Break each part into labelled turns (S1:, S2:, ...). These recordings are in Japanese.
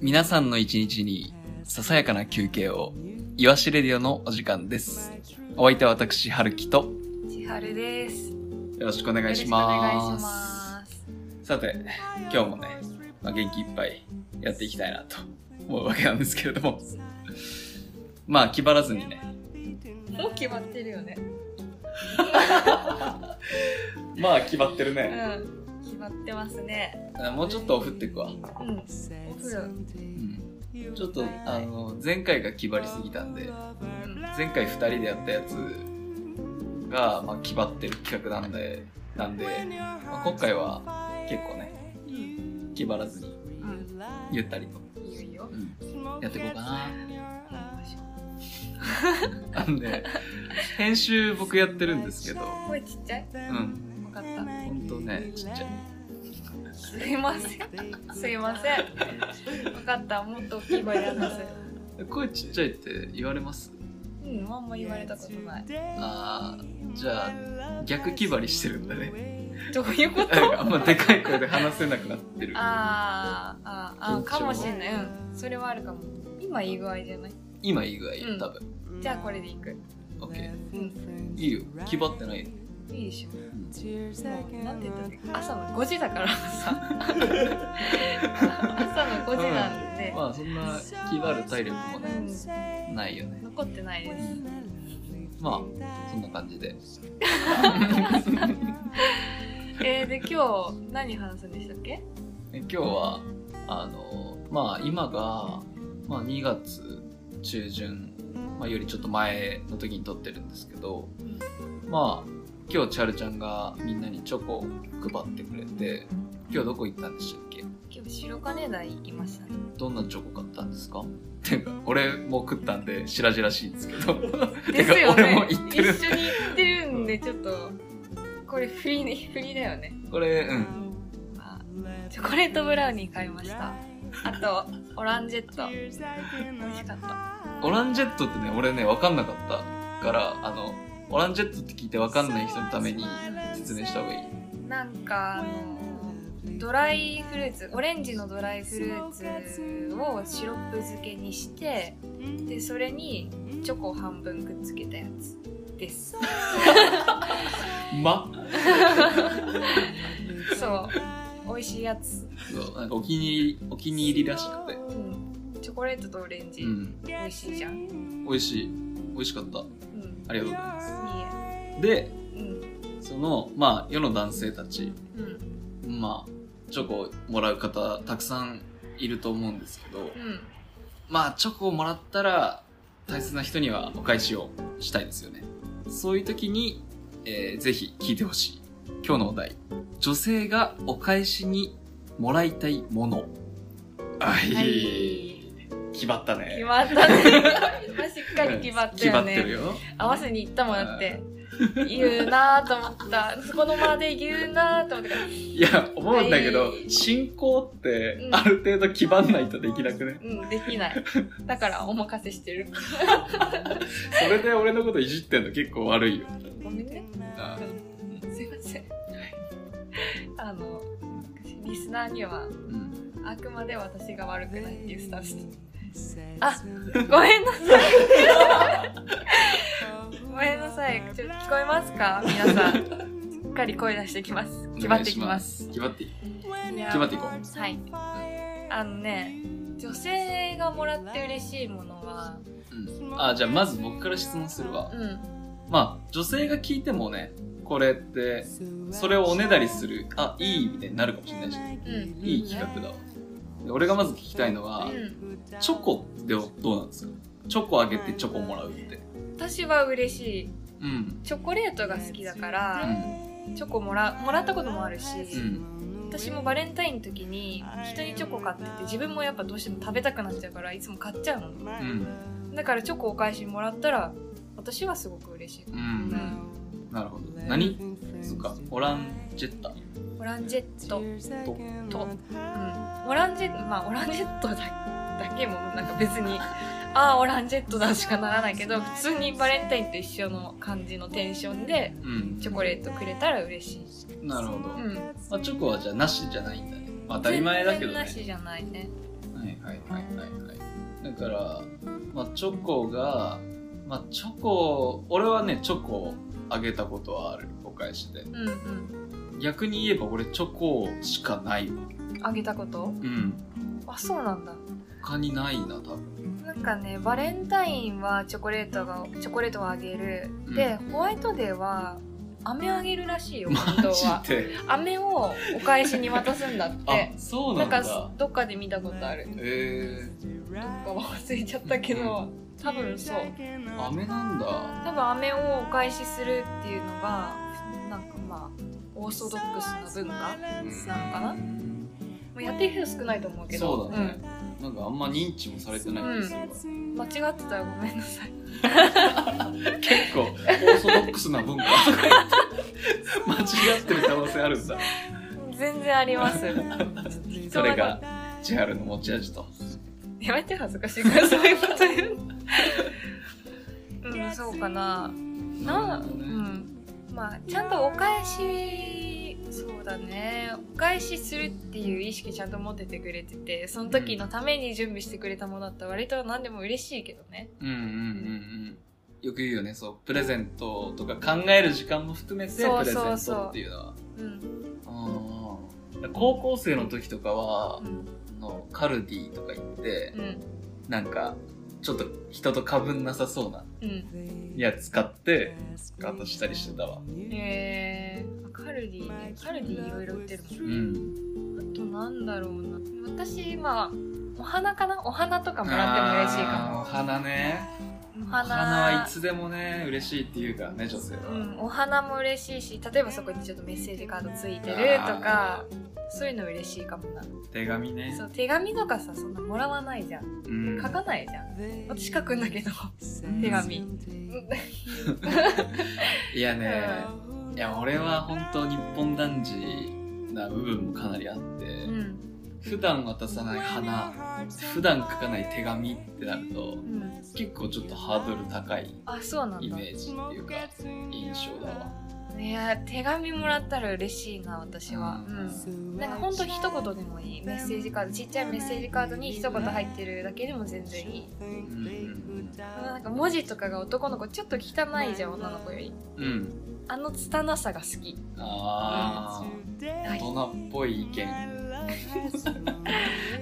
S1: 皆さんの一日にささやかな休憩を、いわしレディオのお時間です。お相手は私、はるきと、
S2: 千春です。
S1: よろしくお願いし
S2: よろしくお願
S1: ま
S2: いし
S1: す。
S2: ます。
S1: さて、今日もね、まあ、元気いっぱいやっていきたいなと思うわけなんですけれども、まあ、気張らずにね、
S2: もう決まってるよね。
S1: まあ、気張ってる
S2: う
S1: ね。
S2: ん。決まってますね。
S1: もうちょっと降ってくわ。
S2: うん。お風呂。
S1: うん。ちょっと、あの、前回が気張りすぎたんで、
S2: うん。
S1: 前回2人でやったやつが、まあ、気張ってる企画なんでなんで、まあ今回は結構ね
S2: うん。
S1: 気張らずに
S2: うん。
S1: ゆったりと、
S2: いいよいいよ。
S1: やっていこうかな
S2: よいし
S1: なんで編集僕やってるんですけど
S2: ょ声ちっちゃい
S1: うん
S2: わかった。
S1: ほんとねちっちゃい
S2: すいません。すいません。わかった。もっと大きい声で話す。
S1: 声ちっちゃいって言われます
S2: うん。あんま言われたことない。
S1: あーじゃあ逆気張りしてるんだね
S2: どういうこ
S1: なん
S2: と
S1: かあんまでかい声で話せなくなってる
S2: あーあー、あ
S1: 緊張
S2: ーかもしれない。うん。それはあるかも。今いい具合じゃない
S1: 今いい具合よ多分、
S2: じゃあこれでいく。
S1: OK
S2: うん。
S1: いいよ気張ってないよ
S2: いいでしょ。もうなんて言ったらいいか朝の5時だからさ朝の5時なんで、
S1: まあそんな気張る体力もね
S2: う
S1: ないよね
S2: ん、残ってないです
S1: まあそんな感じで
S2: えー、で今日何話すんでしたっけ
S1: え今日はあのまあ今が、まあ、2月中旬、まあ、よりちょっと前の時に撮ってるんですけどまあ今日チャルちゃんがみんなにチョコを配ってくれて今日どこ行ったんでしたっけ
S2: 今日白金台行きましたね
S1: どんなチョコ買ったんですかっていうか俺も食ったんで白々しいんですけどて
S2: で
S1: か
S2: すよ
S1: 俺
S2: ね
S1: も行ってる
S2: 一緒に行ってるんでちょっとこれフリー ねフリーだよね、
S1: これうん
S2: まあ、チョコレートブラウニー買いましたあとオランジェット美味しかった
S1: オランジェットってね俺ね分かんなかったからあのオランジェットって聞いて分かんない人のために説明した方がいい
S2: なんかあのドライフルーツオレンジのドライフルーツをシロップ漬けにしてでそれにチョコを半分くっつけたやつです
S1: ま
S2: そう美味しいやつ、
S1: そうなんかお気に入りお気に入りらしくて
S2: うん、チョコレートとオレンジ、
S1: うん
S2: 美味しいじゃん、うん、
S1: 美味しい美味しかったありがとうございま
S2: いい
S1: すで
S2: えうん
S1: そのまあ世の男性たち
S2: うん
S1: まあチョコをもらう方たくさんいると思うんですけど
S2: うん
S1: まあチョコをもらったら大切な人にはお返しをしたいですよねそういう時に、えーぜひ聞いてほしい今日のお題女性がお返しにもらいたいものはい、
S2: はい
S1: 決まった
S2: 決
S1: ね
S2: まったね今しっかり決まったよね
S1: 決まってるよ
S2: 合わせに行ったもんだって言うなーと思ったそこの間で言うなーと思ったから
S1: いや思うんだけど、
S2: はい
S1: 進行って
S2: うん
S1: ある程度決まんないとできなくね、
S2: うんできないだからお任せしてる
S1: それで俺のこといじってんの結構悪いよ
S2: ごめんね
S1: あ
S2: すいません。あの、リスナーに
S1: う
S2: は、
S1: ん
S2: あくまで私が悪くないっていうスタンスで。あ、ごめんなさい。ごめんなさい。ちょっと聞こえますか皆さん。しっかり声出してきます。決まってきます。
S1: お願いし決まってい
S2: 決
S1: 決まっていこ
S2: う。はい。あのね、女性がもらって嬉しいものは、
S1: うん、あじゃあまず僕から質問するわ、
S2: うん、
S1: まあ女性が聞いてもねこれってそれをおねだりするあいいみたいになるかもしれないし
S2: うん、
S1: いい企画だわで俺がまず聞きたいのは、
S2: うん。
S1: チョコではどうなんですかチョコあげてチョコもらうって
S2: 私は嬉しい。
S1: うん
S2: チョコレートが好きだから、
S1: うん
S2: チョコもらもらったこともあるし、
S1: うん
S2: 私もバレンタインの時に人にチョコ買ってて自分もやっぱどうしても食べたくなっちゃうからいつも買っちゃうの
S1: うん
S2: だからチョコお返しもらったら私はすごく嬉しい、
S1: うんなるほど何そっかオランジェッタ
S2: オランジェット
S1: と
S2: と、うん、オランジェットまあオランジェットだだけもなんか別 にああオランジェットだしかならないけど普通にバレンタインと一緒の感じのテンションで
S1: うん
S2: チョコレートくれたら嬉しい、
S1: なるほど、
S2: うん、
S1: まあ、チョコはじゃあなしじゃないんだね、まあ、当たり前だけど
S2: 全然
S1: ね
S2: なしじゃないね
S1: うはいはいはいはいはいだから、まあ、チョコが、まあ、チョコ俺はねチョコをあげたことはあるお返しで
S2: うんうん
S1: 逆に言えば俺チョコしかないわ
S2: あげたこと
S1: うん
S2: あそうなんだ
S1: 他にないな多分
S2: なんかねバレンタインはチョコレートがチョコレートをあげる、
S1: うん
S2: でホワイトデーは飴あげるらしいよ
S1: マ
S2: 本当は
S1: ジで
S2: 飴をお返しに渡すんだっ
S1: あ
S2: て
S1: そうな
S2: なんん
S1: だ
S2: かどっかで見たことある
S1: え
S2: どっかは忘れちゃったけど多分そう
S1: ー、飴なんだ
S2: 多分飴をお返しするっていうのがなんかまあオーソドックスな文化
S1: うん
S2: なんかなもうやってる人少ないと思うけど
S1: そうだね、なんかあんま認知もされてない気がするわ、
S2: うん間違ってたらごめんなさい
S1: 結構オーソドックスな文化間違ってる可能性あるんだ
S2: 全然あり ます
S1: それが千春の持ち味と
S2: やめて恥ずかしいからそういうこと言ううんそうかなな
S1: るほ
S2: う
S1: どね
S2: んまあちゃんとお返しそうだねお返しするっていう意識ちゃんと持っててくれててその時のために準備してくれたものだったら割と何でも嬉しいけどね
S1: うんうんうんうんよく言うよねそうプレゼントとか考える時間も含めて
S2: そう
S1: プレ
S2: そう
S1: ゼン
S2: そう
S1: トっていうのは
S2: うん
S1: うん高校生の時とかは
S2: うん
S1: あのカルディとか行って
S2: うん
S1: なんかちょっと人とかぶんなさそうな
S2: うん
S1: やつ買ってガートしたりしてたわ
S2: えー、カルディねカルディいろいろ売ってるもん
S1: うん
S2: あとなんだろうな私まあお花かなお花とかもらっても嬉しい
S1: あーお
S2: か
S1: 花ね
S2: もお
S1: お
S2: 花
S1: 花はいつでもね嬉しいっていうからね女性
S2: う
S1: は
S2: ん、お花も嬉しいし例えばそこにちょっとメッセージカードついてるとかそういうの嬉しいかもな
S1: 手紙ね
S2: そう手紙とかさそんなもらわないじゃん
S1: うん
S2: 書かないじゃん私書くんだけど手紙うん
S1: いやね、いや俺は本当日本男児な部分もかなりあって、
S2: うん
S1: 普段渡さない花普段書かない手紙ってなると
S2: うん
S1: 結構ちょっとハードル高い
S2: あそうなん
S1: イ
S2: だ
S1: メージっていうか印象だわ
S2: いや手紙もらったら嬉しいな私は
S1: う
S2: うんなんかほんと一言でもいいメッセージカードちっちゃいメッセージカードに一言入ってるだけでも全然いい
S1: うん
S2: なんか文字とかが男の子ちょっと汚いじゃん女の子より
S1: うん、うん、
S2: あの拙さが好き
S1: あ
S2: は
S1: ー大
S2: い
S1: 人っぽい意見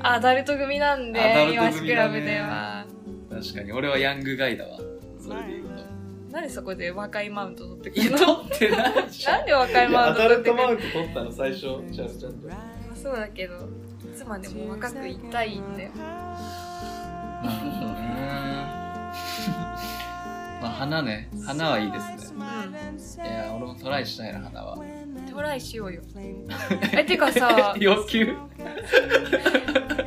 S2: アダルト組なんで、
S1: アダル
S2: 今
S1: ト
S2: し
S1: 組
S2: ク
S1: だ
S2: ラ
S1: ね
S2: ブでは。
S1: 確かに俺はヤングガイだわそれで言うと
S2: なんでそこで若いマウント取ってく
S1: いや
S2: るの
S1: 取ってないじゃ
S2: なんんで若い
S1: いや
S2: マウ
S1: ア
S2: ント
S1: ダ
S2: 取っ
S1: ル
S2: て
S1: ト
S2: く
S1: マウ
S2: る
S1: ント取ったの最初ちゃんちゃんと
S2: のそうだけど、いつまでも若くいたいんだよ。
S1: なるほどね。 まあ花ね、花はいいですね。いや俺もトライしたいな花は。、
S2: うん。トライしようよ。え、てかさ
S1: 要求？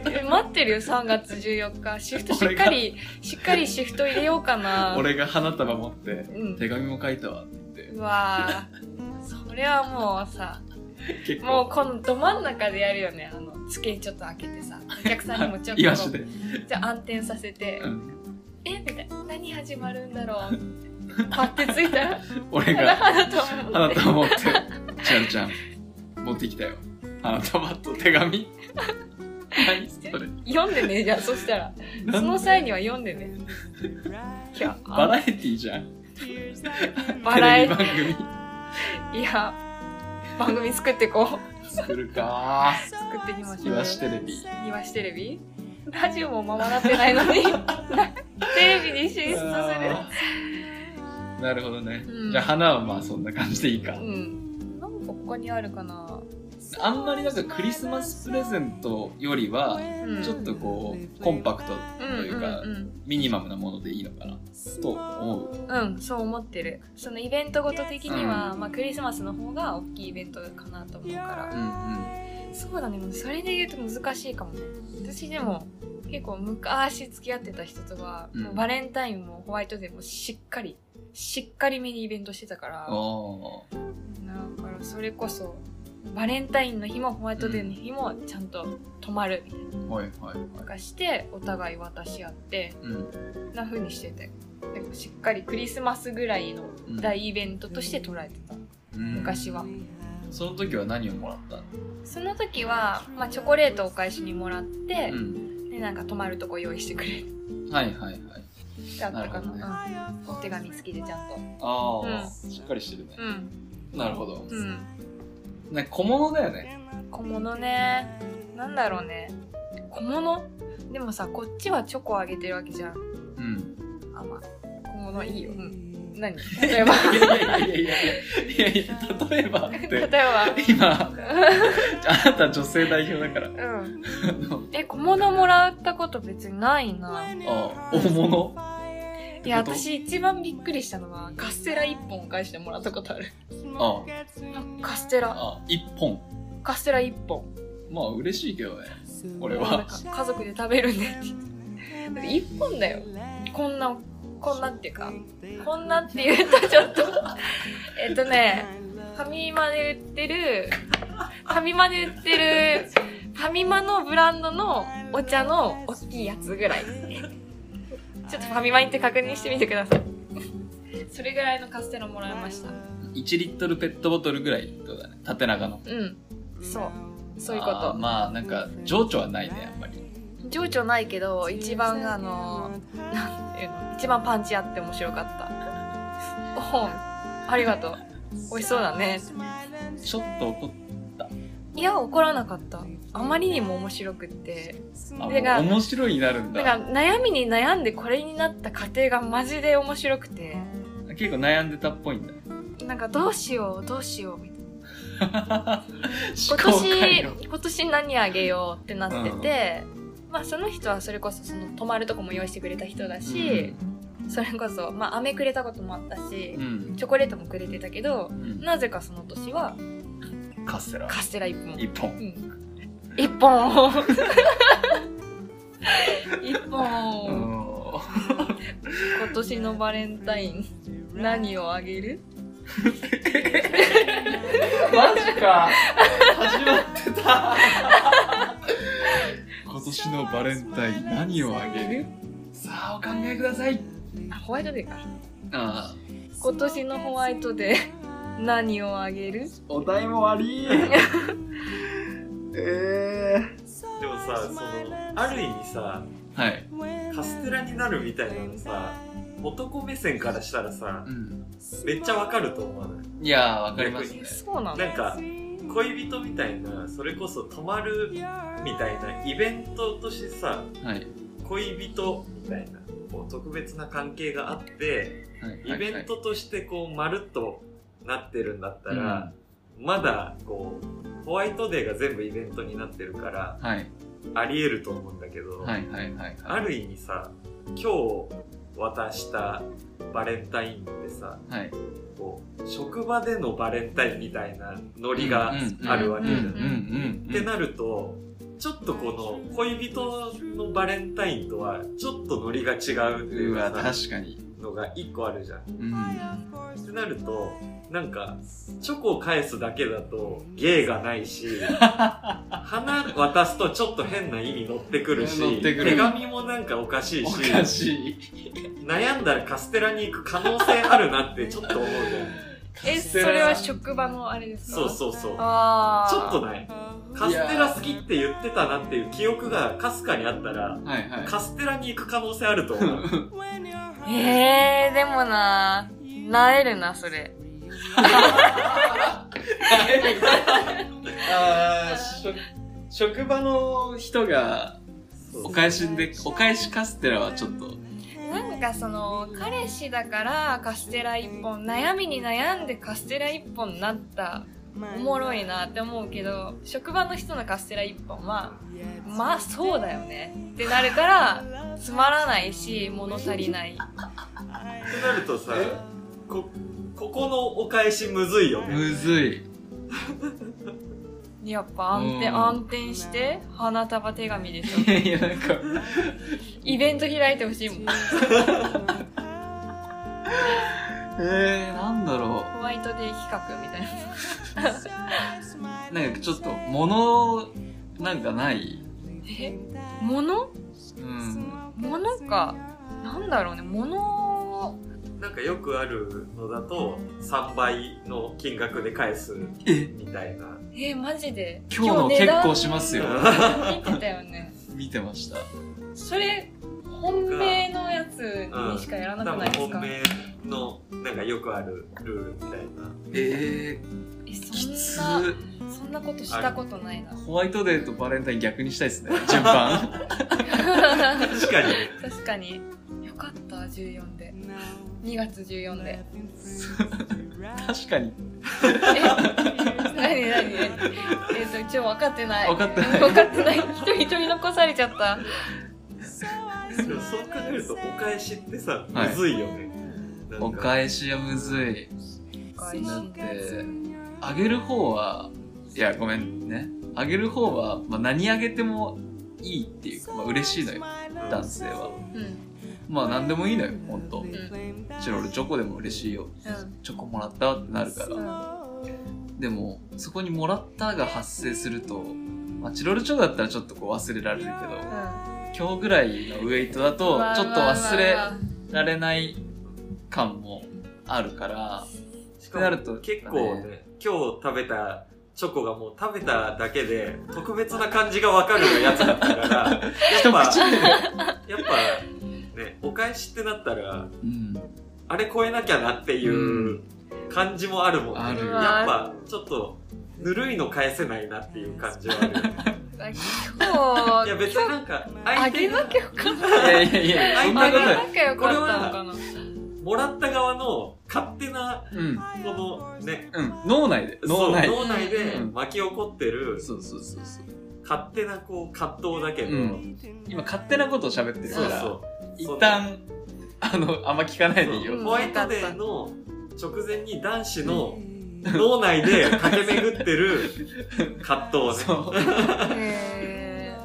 S2: え待ってるよ、3月14日。シフトしっかり、しっかりシフト入れようかな。
S1: 俺が花束持って
S2: うん
S1: 手紙も書いたわって
S2: うわぁ。それはもうさ、
S1: 言って結
S2: もう
S1: 構
S2: このど真ん中でやるよね。あの、机ちょっと開けてさ、お客さんにもちょっと
S1: イワシで、
S2: じゃあ暗転させて。
S1: うん、
S2: えみたいな何始まるんだろう パッてついたら
S1: 俺
S2: 花
S1: が
S2: 花と思
S1: 花
S2: って
S1: 束持ってちゃんちゃん持ってきたよ。花束と手紙。何それ？
S2: 読んでねじゃあそしたらその際には読んでねいや
S1: バラエティじゃん。
S2: バラエ
S1: テレビ番
S2: いや番組作ってこ
S1: 組作る か。
S2: う作っていきましょう
S1: イワシテレビ。
S2: いわしテレビラジオもままなってないの にテレビに進出する
S1: あーなるほどね、
S2: うん
S1: じゃあ花はまあそんな感じでいいか、
S2: うんなんか他にあるかな、
S1: あんまりなんかクリスマスプレゼントよりは
S2: うん、
S1: ちょっとこうコンパクト
S2: と
S1: というか
S2: うんうん
S1: ミニマムなものでいいのかなと思う
S2: うん、うんそう思ってるそのイベントごと的には、まあ、クリスマスの方が大きいイベントかなと思うから
S1: うんうん
S2: そうだね、もうそれで言うと難しいかもね。私でも結構昔付き合ってた人とは、
S1: うん
S2: もうバレンタインもホワイトデーもしっかり、しっかりめにイベントしてたから、
S1: おー
S2: だからそれこそ、バレンタインの日もホワイトデーの日もちゃんと泊まるみたいな
S1: はいはいはい
S2: とかして、お互い渡し合って、
S1: うん
S2: な風にしてて。でもしっかりクリスマスぐらいの大イベントとして捉えてた、
S1: うん
S2: 昔は。
S1: その時は何をもらったの
S2: その時は、まあ、チョコレートをお返しにもらって、
S1: うん
S2: ででなんか泊まるとこ用意してくれ
S1: はいはいはい
S2: ってあったかな
S1: なる
S2: うんお手紙付きでちゃんと
S1: ああ、しっかりしてるね
S2: う、ん
S1: なるほど、
S2: うん
S1: ね小物だよね
S2: 小物ねなんだろうね小物でもさこっちはチョコあげてるわけじゃん
S1: うん
S2: あまあ小物いいよ、うん、何例えば
S1: いやいやいやいやいやいや例えばっ
S2: 例え
S1: て
S2: ば
S1: 今あなた女性代表だから
S2: うんえ小物もらったこと別にないな
S1: あ大物
S2: いや私一番びっくりしたのはカステラ1本返してもらったことある
S1: あ
S2: カステラ
S1: あ一本
S2: カステラ1本
S1: まあ嬉しいけどね俺
S2: もうなん
S1: は
S2: か家族で食べるんだよって1本だよこんなこんなっていうかこんなって言うとちょっと えっとねファミマで売ってるファミマで売ってるファミマのブランドのお茶の大きいやつぐらいちょっとファミマ行って確認してみてください それぐらいのカステラもらいました
S1: 1リットルペットボトルぐらいってことだね縦長の
S2: うんそうそういうこ
S1: あー
S2: と
S1: まあなんか情緒はないねあんまり
S2: 情緒ないけど一番あのなんていうの一番パンチあって面白かったおんありがとう美味しそうだね
S1: ちょっと怒っ
S2: いや怒らなかったあまりにも面白くって
S1: あもう
S2: だから
S1: 面白いになるん
S2: だ
S1: だ
S2: から悩みに悩んでこれになった過程がマジで面白くて
S1: 結構悩んでたっぽいん だ
S2: なんかどうしようどうしようみたいな今
S1: 思考回路
S2: 年今年何あげようってなってて、まあその人はそれこそその泊まるとこも用意してくれた人だし、それこそまあ飴くれたこともあったし
S1: う、ん
S2: チョコレートもくれてたけど
S1: うん
S2: なぜかその年は
S1: カステラ
S2: カステラ1本
S1: 一本
S2: うん一本一本、今年のバレンタイン何をあげる
S1: マジか始まってた 今年のバレンタイン何をあげるさあお考えください
S2: あホワイトデーか
S1: ああ
S2: 今年のホワイトデー何をあげる
S1: お題もあり えー、
S3: でもさそのある意味さ
S1: はい、
S3: カステラになるみたいなのさ男目線からしたらさ
S1: うん、
S3: めっちゃわかると思わない
S1: いやーわかりますね
S2: そうなの
S3: なんか恋人みたいなそれこそ泊まるみたいなイベントとしてさ
S1: はい
S3: 恋人みたいなこう特別な関係があって
S1: はい
S3: イベントとしてこうまるっとなってるんだったら、まだこうホワイトデーが全部イベントになってるから
S1: はい
S3: ありえると思うんだけど、
S1: はいはいはい
S3: ある意味さ今日渡したバレンタインってさ
S1: はい
S3: こう職場でのバレンタインみたいなノリがあるわけじゃ
S1: うん
S3: ん
S1: うんうん
S3: ってなるとちょっとこの恋人のバレンタインとはちょっとノリが違うっていうう
S1: わ
S3: さ
S1: 確かに
S3: のが1個あるじゃん。
S1: うん
S3: ってなるとなんかチョコを返すだけだと芸がないし花渡すとちょっと変な意味乗ってくるし
S1: 乗ってくる
S3: 手紙もなんかおかしい
S1: お
S3: し
S1: かしい
S3: 悩んだらカステラに行く可能性あるなってちょっと思うじ ゃん
S2: えそれは職場のあれですか
S3: そうそうそう
S2: ああ
S3: ちょっとないカステラ好きって言ってたなっていう記憶がかすかにあったら
S1: はいはい
S3: カステラに行く可能性あると 思う
S2: えー、でもななえるなそれ
S1: あーしょ職場の人が
S3: そう
S1: お返しでお返しカステラはちょっと
S2: なんかその彼氏だからカステラ1本悩みに悩んでカステラ1本になったおもろいなって思うけど職場の人のカステラ1本はまあそうだよねってなるからつまらないし物足りない
S3: ってなるとさこここのお返しむずいよね
S1: むずい
S2: やっぱ暗転
S1: うん
S2: 暗転して花束手紙でしょ
S1: いやいやなんか
S2: イベント開いてほしいもん
S1: えー、なんだろ
S2: ホワイトデー企画みたいな
S1: うなんかちょっと物なんかない
S2: え物
S1: うん
S2: 物かなんだろうね物
S3: なんかよくあるのだと3倍の金額で返す
S1: え
S3: みたいな
S2: えマジで
S1: 今日の
S2: 値
S1: 結
S2: 段
S1: 構しますよ。
S2: 見てたよね
S1: 見てました
S2: それ本命のやつにしかやらな
S3: 多
S2: くない
S3: 分
S2: です
S3: 本
S2: か、
S3: 命のなんかよくあるルールみたいな
S1: え
S2: え
S1: ー、きつ
S2: そんなそんなことしたことないな
S1: ホワイトデーとバレンタイン逆にしたいですね順番
S3: 確かにね
S2: 確かによかった14で2月14で
S1: 確かに
S2: え何何えっ、と一応分かってない
S1: 分かってない
S2: 分かってない一人一人残されちゃった
S3: でもそう考えるとお返しってさ、
S1: はい
S3: むずいよねなんか
S1: お返しはむずい
S2: 返
S1: だっ
S2: して
S1: あげる方はいやごめんねあげる方は、まあ、何あげてもいいっていうか、まあ、嬉しいのよ男性は
S2: うん
S1: まあ何でもいいのよほんと
S2: うんうん
S1: もちろん俺チョコでも嬉しいよチョコもらったってなるからでもそこに「もらった」が発生すると、まあ、チロルチョコだったらちょっとこう忘れられるけど今日ぐらいのウェイトだとちょっと忘れられない感もあるから
S3: し
S1: ってなると
S3: 結構ね今日食べたチョコがもう食べただけで特別な感じがわかるやつ だったからやっぱやっぱねお返しってなったら
S1: うん
S3: あれ超えなきゃなっていう感じもあるもんね、
S1: ある
S3: やっぱちょっとぬるいの返せないなっていう感じはあるよね
S4: 今
S3: い
S4: 日
S3: や別になんか
S2: あ
S3: 相
S2: げ
S3: 手
S2: な
S3: が
S2: きゃよかっ
S1: いやいやいやそんなことない
S2: たよかったのかな
S3: もらった側の勝手な
S1: うん
S3: このね
S1: うん脳内で脳内
S3: そう脳内で
S1: うん
S3: 巻き起こってる
S1: そうそうそうそう
S3: 勝手なこう葛藤だけど、
S1: うん今勝手なことを喋ってる
S3: そ
S1: か
S3: う
S1: ら
S3: そう
S1: 一旦あのあんま聞かないでいい
S3: そう
S1: よ
S3: ホワイトデーの直前に男子の脳内で駆け巡ってる 葛藤ね
S1: そう
S4: え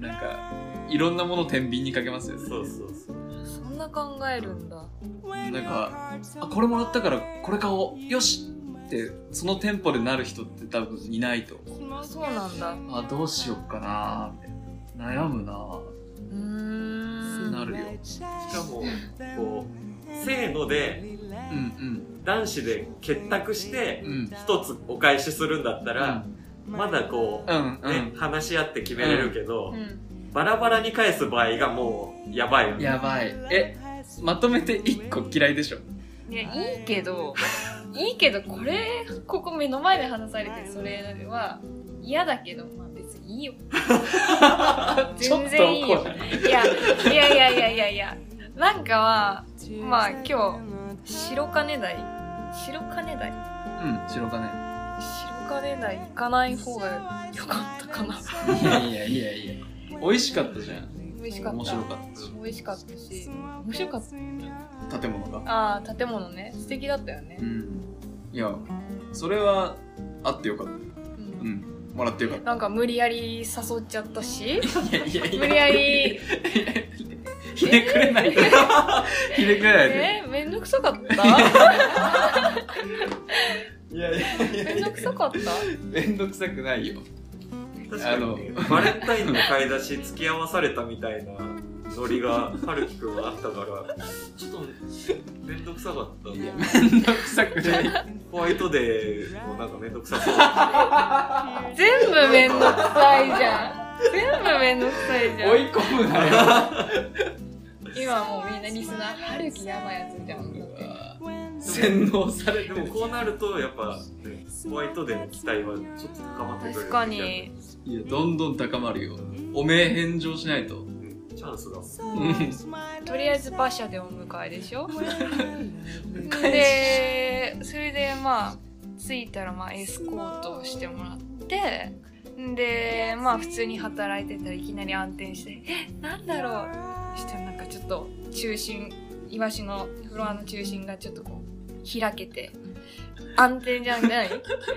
S1: なんかいろんなものを天秤にかけますよね
S3: そうそうそう
S4: ーそんな考えるんだ
S1: なんかあこれもらったからこれ買おうよしってそのテンポでなる人って多分いないと思う
S4: あそうなんだう
S1: あどうしよっかなーって悩むなーっ
S4: ーん
S1: てなるよ
S3: しかもこうせーので
S1: うん
S3: 男子で結託して
S1: うんうん
S3: 一つお返しするんだったら、まだこう、
S1: うんう
S3: ね
S1: ん
S3: 話し合って決めれるけど、
S4: うん
S3: バラバラに返す場合がもうやばいよね
S1: やばいえまとめて一個嫌いでしょ
S2: いやいいけどいいけどこれここ目の前で話されてそれは嫌だけどまあ別にいいよ全然いい
S1: ちょっ
S2: よ
S1: と怒る
S2: いやいやいやいやいやいやなんかはまあ今日白金台白金台
S1: うん白金
S2: 白金台行かない方が良かったかない
S1: やいやいやいや美味しかったじゃん
S2: 美味しかった
S1: 面白かったし
S2: 美味しかったし面白かった
S1: 建物が
S2: ああ建物ね素敵だったよね
S1: う、んいやそれはあってよかった
S2: うん
S1: うんもらってよかっ
S2: なんか無理やり誘っちゃったし
S1: たいやいやいや
S2: 無理やり
S1: ひねくれないで ひねくれないで
S2: えー、めんどくさかった
S1: いやいやい
S2: めんどくさかった
S1: めんどくさくないよ
S3: 確かにねバレンタインの買い出し付き合わされたみたいなノリがはるきくんはあったからちょっと面倒くさかった
S1: いやめんどくさくない
S3: ホワイトデーもなんか面倒くさそう
S2: 全部めんどくさいじゃん全部めんどくさいじ ゃ
S1: 追い
S2: ん
S1: 込むなよ
S2: 今もうみんなリスナー「春樹やばいやつ」じゃん
S1: うわ洗脳され
S3: で
S1: て
S3: も
S1: る
S3: こうなるとやっぱ、ね、ホワイトデーの期待はちょっと高まってくる
S2: 確かに
S1: いやどんどん高まるよおめえ返上しないと
S3: うんチャンスだもん
S1: うん
S2: とりあえず馬車でお迎えでしょ
S1: え
S2: でそれでまあ着いたらまあエスコートをしてもらってでまあ普通に働いてたらいきなり暗転して「えなんだろう?」してなんかちょっと中心イワシのフロアの中心がちょっとこう開けて暗転じゃないひ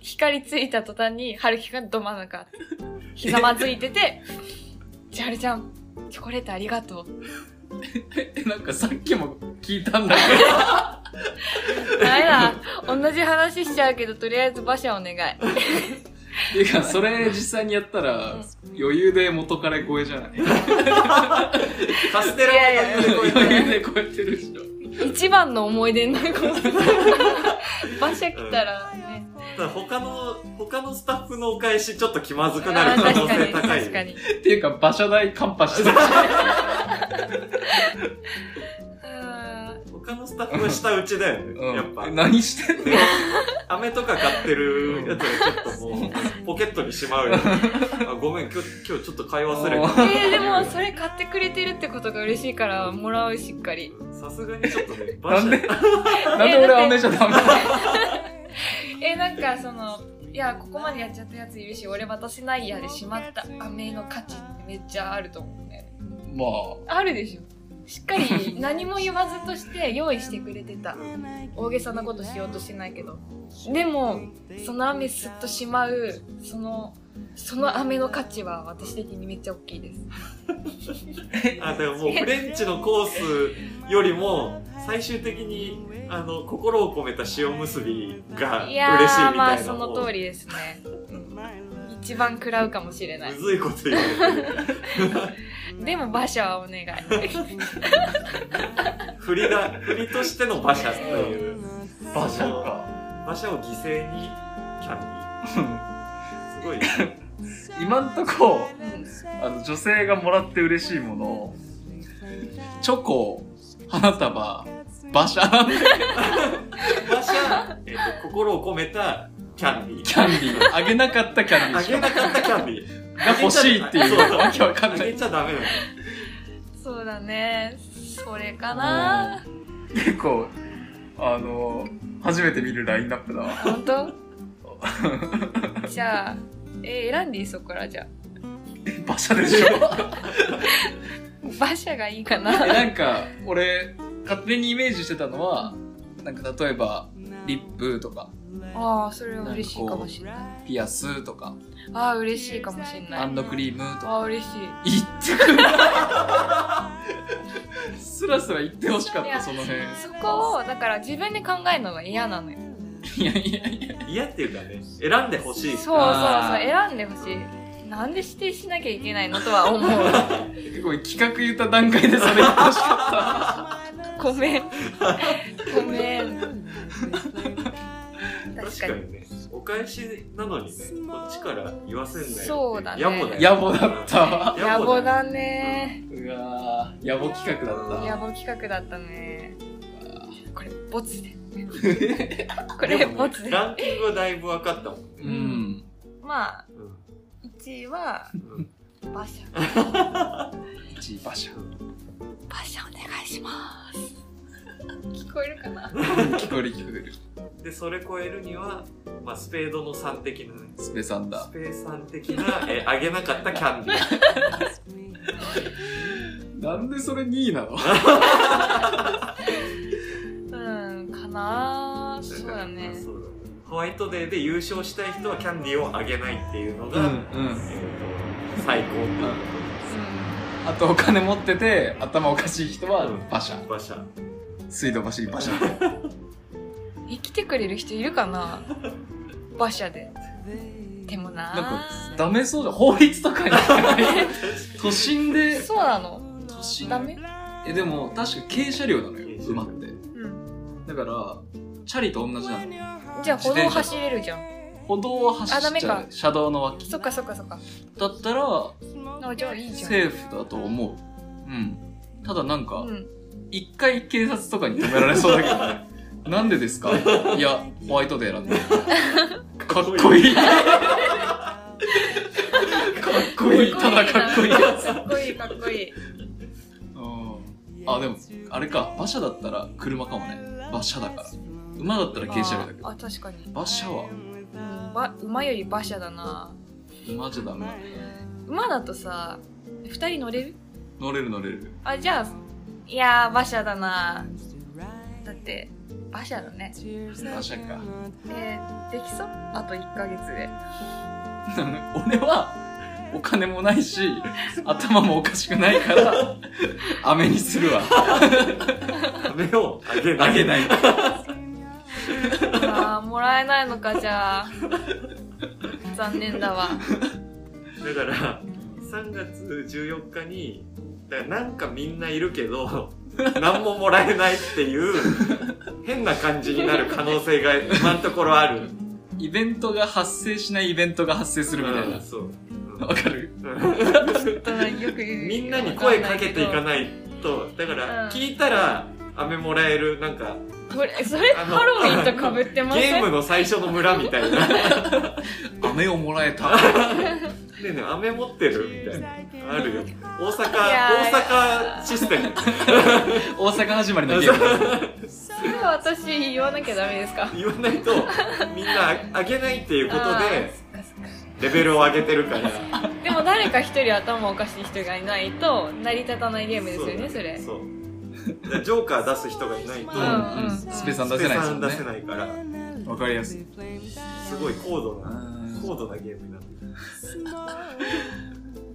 S2: 光ついた途端に春樹がど真ん中ひざまずいてて「じゃあるちゃんチョコレートありがとう」
S1: なんかさっきも聞いたんだけ
S2: ダメだ。同じ話しちゃうけど、とりあえず馬車お願い。
S1: どてかそれ実際にやったら余裕で元彼超え じゃない
S3: カステラは余裕で超えて
S1: 余裕で超えてるでしょ
S2: 一番の思い出になるかもしれない馬車来たらね、
S3: ただ他の、他のスタッフのお返しちょっと気まずくなる可能性高い。
S2: 確かに。
S1: っていうか、馬車代カンパしてた。
S2: うん
S3: 他のスタッフは下打ちだよね。
S1: うん
S3: やっぱ。
S1: 何してんの
S3: ね、 飴とか買ってるやつがちょっともう、ポケットにしまうよ、ね。あごめん、今日、今日ちょっと買い忘れ
S1: あ
S3: た。
S1: ー
S2: えー、でもそれ買ってくれてるってことが嬉しいからもらうしっかり。
S3: さすがにちょっとね、
S1: なんで、なんで
S2: え
S1: 俺
S2: だって
S1: 飴じゃダメなの
S2: えなんかそのいやここまでやっちゃったやついるし俺渡せないやでしまった飴の価値ってめっちゃあると思うね
S1: ま
S2: あるでしょしっか り何も言わずとして用意してくれてた大げさなことしようとしてないけどでもその飴すっとしまうそのその飴の価値は私的にめっちゃ大きいです
S3: あ、だからもうフレンチのコースよりも、最終的に、あの、心を込めた塩結びが
S2: い
S3: 嬉しいみたいな。
S2: やーまあその通
S3: り。
S2: りですね、うん一番食らうかもしれない
S3: むずいこと言う、ね。
S2: でも馬車はお願い
S3: 振りだ、振りとしての馬車という。
S1: あ、馬車か。
S3: 馬車を犠牲に、キャンディー。すごい。
S1: 今んとこ、
S2: うん
S1: あの、女性がもらって嬉しいもの、チョコ、花束、馬車なんだよ
S3: 馬車、えっ、と、心を込めたキャンディー。
S1: キャンディー。あげなかったキャンディ
S3: あ
S1: ーしか
S3: げなかったキャンディー。
S1: が欲しいっていう
S3: そうそう
S1: わけわかん
S3: あ
S1: な
S3: げ
S1: い。
S3: ちゃダメだよ。
S2: そうだねそれかな
S1: 結構、あの、初めて見るラインナップだわ。
S2: 本 当じゃあえー選んでいいそこからじゃあ
S1: 馬車でしょ
S2: 馬車がいいか
S1: え
S2: な
S1: なんか俺勝手にイメージしてたのはなんか例えばリップとか
S2: ああそれは嬉しいかもしれない
S1: ピアスとか
S2: ああ嬉しいかもしれない
S1: ハ
S2: あ
S1: ンドクリームとか
S2: あ嬉しい
S1: 言ってくれスラスラ言ってほしかっ
S2: い
S1: た
S2: や
S1: その辺
S2: そこをだから自分で考えるのが嫌なのよ
S1: いやいやいや
S3: 嫌っていうかね、選んでほし
S2: そ
S3: い。
S2: うそう
S1: あ
S2: そう
S1: ー
S2: 選んでほしいなんで指定しなきゃいけないのとは思 う
S1: これ企画言った段階でそれ言ってほしか
S2: ご めんごめん
S3: 確
S2: 確
S3: か
S2: かに
S3: にね、お返しなのにね、こっちから言わせんなよ。
S2: そうだね
S3: 野暮だ
S1: った
S3: よ。
S1: 野暮だったわ
S2: 野暮
S3: だ
S2: だね
S1: うわー野暮企画だった
S2: 野暮企画だったねこれボツでこ
S3: で
S2: れ
S3: も
S2: ボ
S3: ね
S2: ツで
S3: ランキングはだいぶ分かったもん。
S1: うん
S2: まあ
S3: うん
S2: 1位は
S3: うん
S2: 馬車
S1: 1位馬車
S2: 馬車お願いします聞こえるかな
S1: 聞こえる聞こえる
S3: で、それ超えるには、まあ、スペードの3的なね。
S1: スペサンダ
S3: スペーさん的な、え、あげなかったキャンディー。
S1: ーなんでそれ2位なの
S2: うんかなそうだね
S3: そうだねホワイトデーで優勝したい人はキャンディーをあげないっていうの
S1: う
S3: が、
S1: んうん
S3: えーと最高っていう
S1: あとお金持ってて頭おかしい人は馬車
S3: 馬車
S1: 水道橋に馬車
S2: うん生きてくれる人いるかな馬車ででも
S1: な
S2: な
S1: んかダメそうじゃん法律と かにない都心で
S2: そうなの
S1: 都心
S2: ダメ
S1: えでも確か軽車両なのよ
S3: 軽車両
S1: 馬って
S2: うん
S1: だからチャリと同じなの
S2: じゃあ歩道走れるじゃん
S1: 歩道を
S2: あ
S1: 走
S2: ダ
S1: っ
S2: メ
S1: ちゃ
S2: か
S1: う車道の脇
S2: そっかそっかそっか
S1: だったら
S2: あじゃあいいじゃん
S1: セーフだと思ううんただなんか
S2: うん
S1: 一、回警察とかに止められそうだけど ねなんで ですかいやホワイトデーなんでかっこいいかっこいいただ かっこいいやつ
S2: かっこいいかっこいい
S1: うんあでもあれか馬車だったら車かもね馬車だから馬だったら軽車両だけど
S2: あ確かに、
S1: 馬車は
S2: うん、ば馬より馬車だな
S1: 馬じゃダメだ
S2: 馬だとさ2人乗れる
S1: 乗れる乗れる
S2: あじゃあいやー馬車だなだって馬車だね
S1: 馬車か
S2: えー、できそうあと1ヶ月で
S1: 俺はお金もないし頭もおかしくないから飴にするわ
S3: 目をあげない
S1: あげない
S2: あーもらえないのかじゃあ残念だわ
S3: だから3月14日にだからなんかみんないるけど何ももらえないっていう変な感じになる可能性が今のところある
S1: イベントが発生しないイベントが発生するみたい
S3: うん
S1: な。
S3: そう
S1: わかる
S2: だからよく言う
S3: みんなに声かけていかないとだから
S2: うん
S3: 聞いたら飴もらえるなんか
S2: これそれ
S3: あの
S2: ハロウィンとかぶってません
S3: ゲームの最初の村みたいな
S1: 飴をもらえた。
S3: でね飴持ってるみたいなあるよ大阪
S2: やいや
S3: 大阪システム
S1: 大阪始まりのゲーム。
S2: それは私言わなきゃダメですか
S3: 言わないとみんなあげないっていうこと
S2: あー
S3: で
S2: そっかそっか
S3: レベルを上げてるから
S2: でも誰か一人頭おかしい人がいないと成り立たないゲームですよねそれ
S3: そうだからジョーカー出す人がいないと
S1: うんうん。スペさん出
S3: ス
S1: せな
S3: ペ
S1: いですも
S3: さん
S1: ん
S3: 出せ
S1: ね。
S3: ないから
S1: わかりやすい。
S3: すごい高度
S1: う
S3: な高
S1: ん
S3: 度なゲームになってる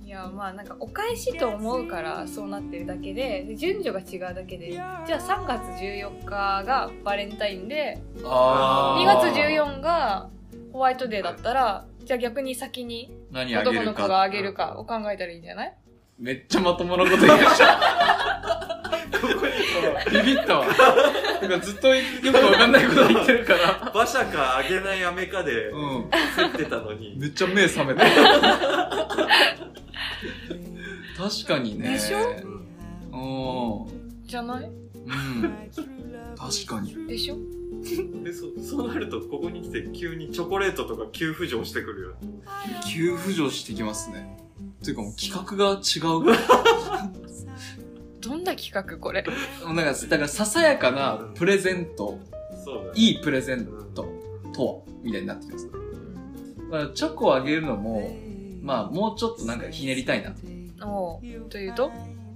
S2: いやまあなんかお返しと思うからそうなってるだけでで順序が違うだけでじゃあ3月14日がバレンタインで
S1: あー
S2: 2月14日がホワイトデーだったらじゃあ逆に先に
S1: 何あげ
S2: 男
S1: る
S2: の子
S1: か。
S2: があげるかを考えたらいいんじゃない
S1: めっちゃまともなこと言いました。
S3: ここにこ
S1: ビビったわ。なんかずっとよくわかんないこと言ってるから。
S3: う馬車かあげない飴かで
S1: うん。
S3: 競ってたのに
S1: めっちゃ目覚めた。確かにね。
S2: でしょ
S1: ょ
S2: じゃない
S1: うん。確かに。
S2: でしょ
S3: でそそうなるとここに来て急にチョコレートとか急浮上してくるよね
S1: 急浮上してきますね。というかもう企画が違うぐらい。
S2: どんな企画これ
S1: もうなんか、だからささやかなプレゼント、
S3: そうだね
S1: いいプレゼントとは、みたいになってきます。だからチョコをあげるのも、まあもうちょっとなんかひねりたいな。
S2: おうというと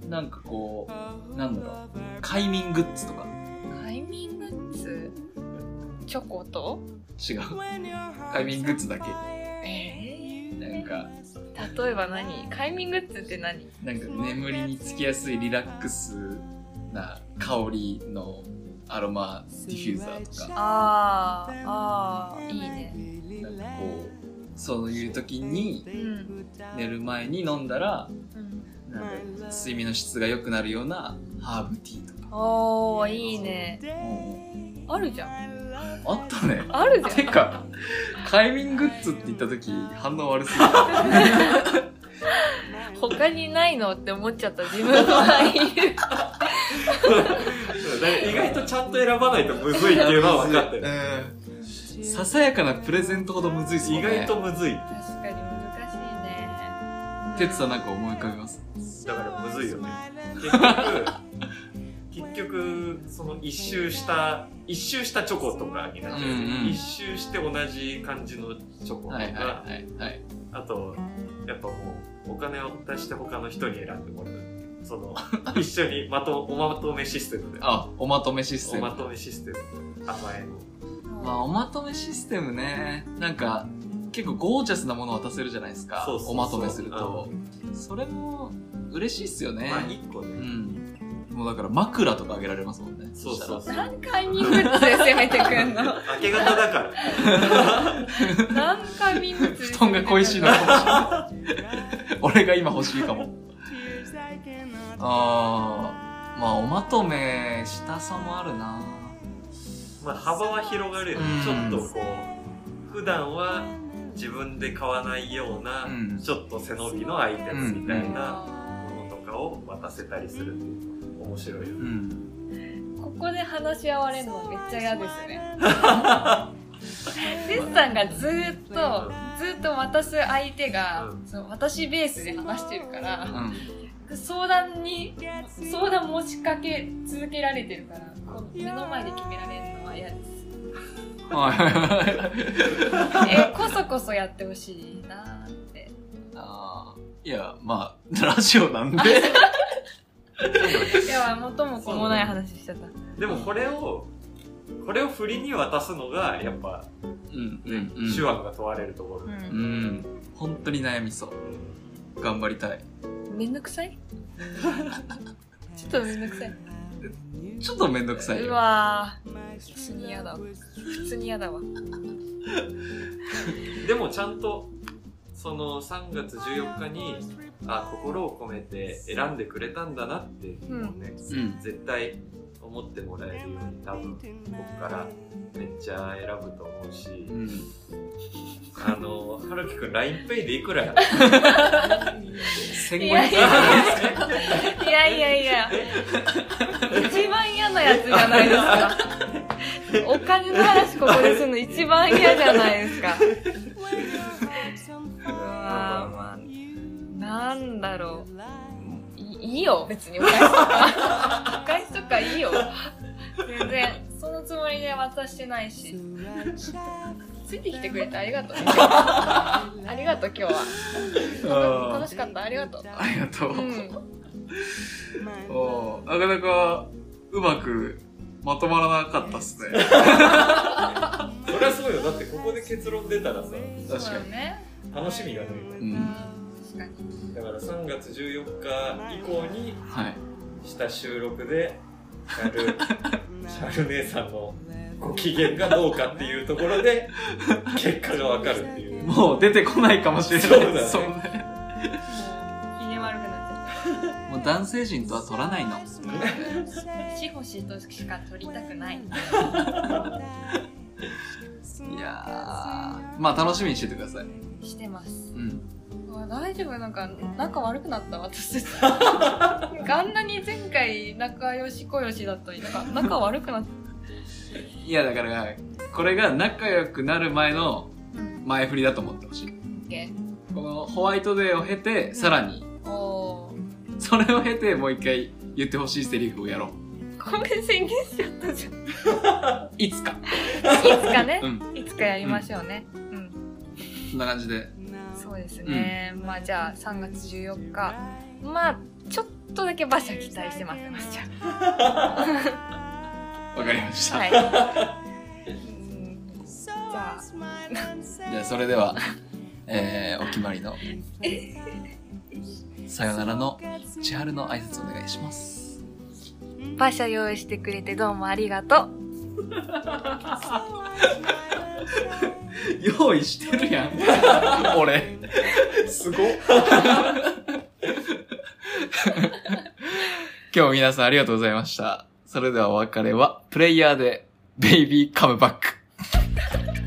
S1: なんかこう、なんだろう、快眠グッズとか。
S2: タイミングッズチョコと
S1: 違う。快眠グッズだけ。
S2: え
S1: なんか、
S2: 例えば何快眠グッズって何
S1: なんか眠りにつきやすいリラックスな香りのアロマディフューザーとか。
S2: あーあーいいね
S1: なんかこうそういう時に
S2: うん、
S1: 寝る前に飲んだら
S2: うん、
S1: なんか睡眠の質が良くなるようなハーブティーとか
S2: おーいいね
S1: うん
S2: あるじゃん
S1: あったね
S2: あるじ
S1: て
S2: ゃん
S1: か快眠グッズって言った時反応悪すぎた
S2: 他にないのって思っちゃった自分はいる
S3: だから意外とちゃんと選ばないとむずいっていうのは分かってる
S1: うんささやかなプレゼントほどむずいっすも
S3: 意
S1: んね
S3: 外とむずい
S2: 確かに難しいね
S1: 哲さんなんか思い浮かびます
S3: だからむずい よね結局結局その一周した一周したチョコとかになっちゃう、
S1: うんうん
S3: 一周して同じ感じのチョコとか、
S1: はいはいはいはい
S3: あとやっぱもうお金を出して他の人に選んでもらうそ の一緒にまとおまとめシステムで
S1: あおまとめシス
S3: お
S1: テム
S3: まとめシステム甘えの
S1: まあ、おまとめシステムねなんか結構ゴージャスなものを渡せるじゃないですか
S3: そうそうそ
S1: お
S3: う
S1: まとめするとそれも嬉しいっすよね、
S3: まあ一個
S1: う
S3: ね、
S1: んもうだから枕とかあげられますもんね
S3: そうそう
S1: し
S3: そう
S2: 何快眠グッズで攻めてく んの
S3: 明け方だから
S2: 何快眠グッズ
S1: たら布
S2: で攻
S1: 団が
S2: めてくんの
S1: 恋しいのかもしれない 俺が今欲しいかもあーまあおまとめしたさもあるな
S3: まあ、幅は広がるよね、
S1: うん
S3: ちょっとこう普段は自分で買わないような、
S1: うん
S3: ちょっと背伸びのアイテムみたいなものとかを渡せたりするっていうの面白いよね
S1: うん
S2: ここで話し合われるのめっちゃ嫌です ね。テッさんがずーっとずーっと渡す相手が、
S3: うん
S2: その私ベースで話してるか
S1: う
S2: ら
S1: ん
S2: 相談に相談持ちかけ続けられてるからこの目の前で決められるのは嫌です。
S1: はいはいはい
S2: え こそこそやってほしいなーって。
S1: あーいやまあラジオなんで
S2: では元も子もない話しちゃった。
S3: でもこれをこれを振りに渡すのがやっぱ、
S1: うん
S3: ね手腕が問われるとこ
S1: う
S2: う
S3: ろ、
S1: んん本当に悩みそう頑張りたい
S2: めんどく さい。ちょっとめんどくさい。
S1: ちょっとめんどくさいうよ
S2: わー普通に嫌だわ。普通に嫌だわ。
S3: でもちゃんとその3月14日にあ心を込めて選んでくれたんだなって、もうね、
S1: ん
S3: 絶対思ってもらえるように多分ここからめっちゃ選ぶと思うし、
S1: うん
S3: あのはるきくん LINEPay でいくらや
S1: 1500
S2: いや
S1: 円
S2: いいやいやいや一番嫌なやつじゃないですかお金の話ここでするの一番嫌じゃないで すかうわーまあなんだろういいいよ別にお返しとかお返しとかいいよ全然そのつもりで渡してないしついてきてくれてありがとうありがとう今日は楽しかったありがとう
S1: ありがとう、
S2: うん
S1: おーなかなかうまくまとまらなかったっすね
S3: そりゃそうよだってここで結論出たらさ
S1: 確
S2: そう
S1: か
S2: だ
S1: に
S2: ね
S3: 楽しみがないよ
S1: う
S3: ね
S1: ん
S2: 確かに
S3: だから3月14日以降に
S1: はい
S3: した収録でシャ ルシャル姉さんのご機嫌がどうかっていうところ で結果がわかるっていう
S1: もう出てこないかもしれない
S3: そうだね
S1: そうね
S2: 機嫌悪くなっちゃっ
S1: もう男性陣とは取らないの
S2: たシホシとしか撮りたくない
S1: いやーまあ楽しみにしててください
S2: してます
S1: うん
S2: うわ大丈夫なんか仲悪くなった私 たちなんかあんなに前回仲良し小良しだったりとか仲悪くなっ
S1: いやだからこれが仲良くなる前の
S2: たん
S1: 前振りだと思ってほしい
S2: け
S1: このホワイトデーを経てさらに
S2: おー
S1: それを経てもう一回言ってほしいセリフをやろう
S2: ごめん宣言しちゃったじゃん い
S1: いつか
S2: つかね、
S1: うん
S2: いつかやりましょうねうん、
S1: そんな感じで
S2: そうですね、まあじゃあ3月14日まあちょっとだけ馬車期待してますまちゃん
S1: わかりました、
S2: はい うんじゃあ
S1: じゃあそれでは、えーお決まりのさよならの千春の挨拶お願いします
S2: 馬車用意してくれてどうもありがとう
S1: 用意してるやん 俺
S3: すごっ
S1: 今日も皆さんありがとうございましたそれではお別れはプレイヤーでベイビーカムバック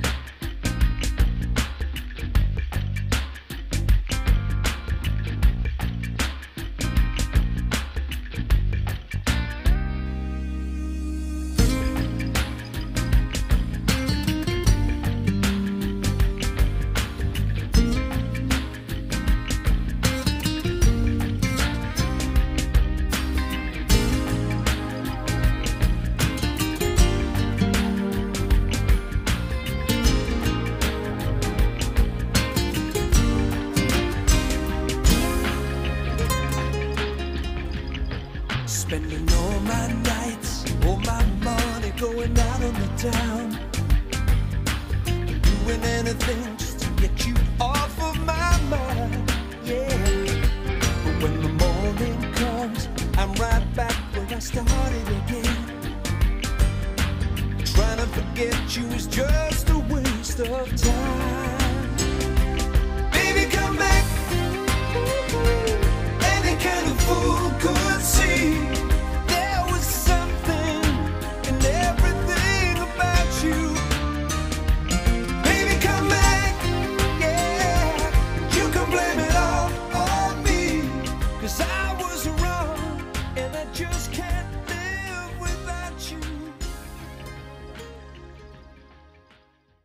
S5: Just a waste of time. Baby, come back. Any kind of fool could see there was something in everything about you. Baby, come back. Yeah, you can blame it all on me. Cause I was wrong and I just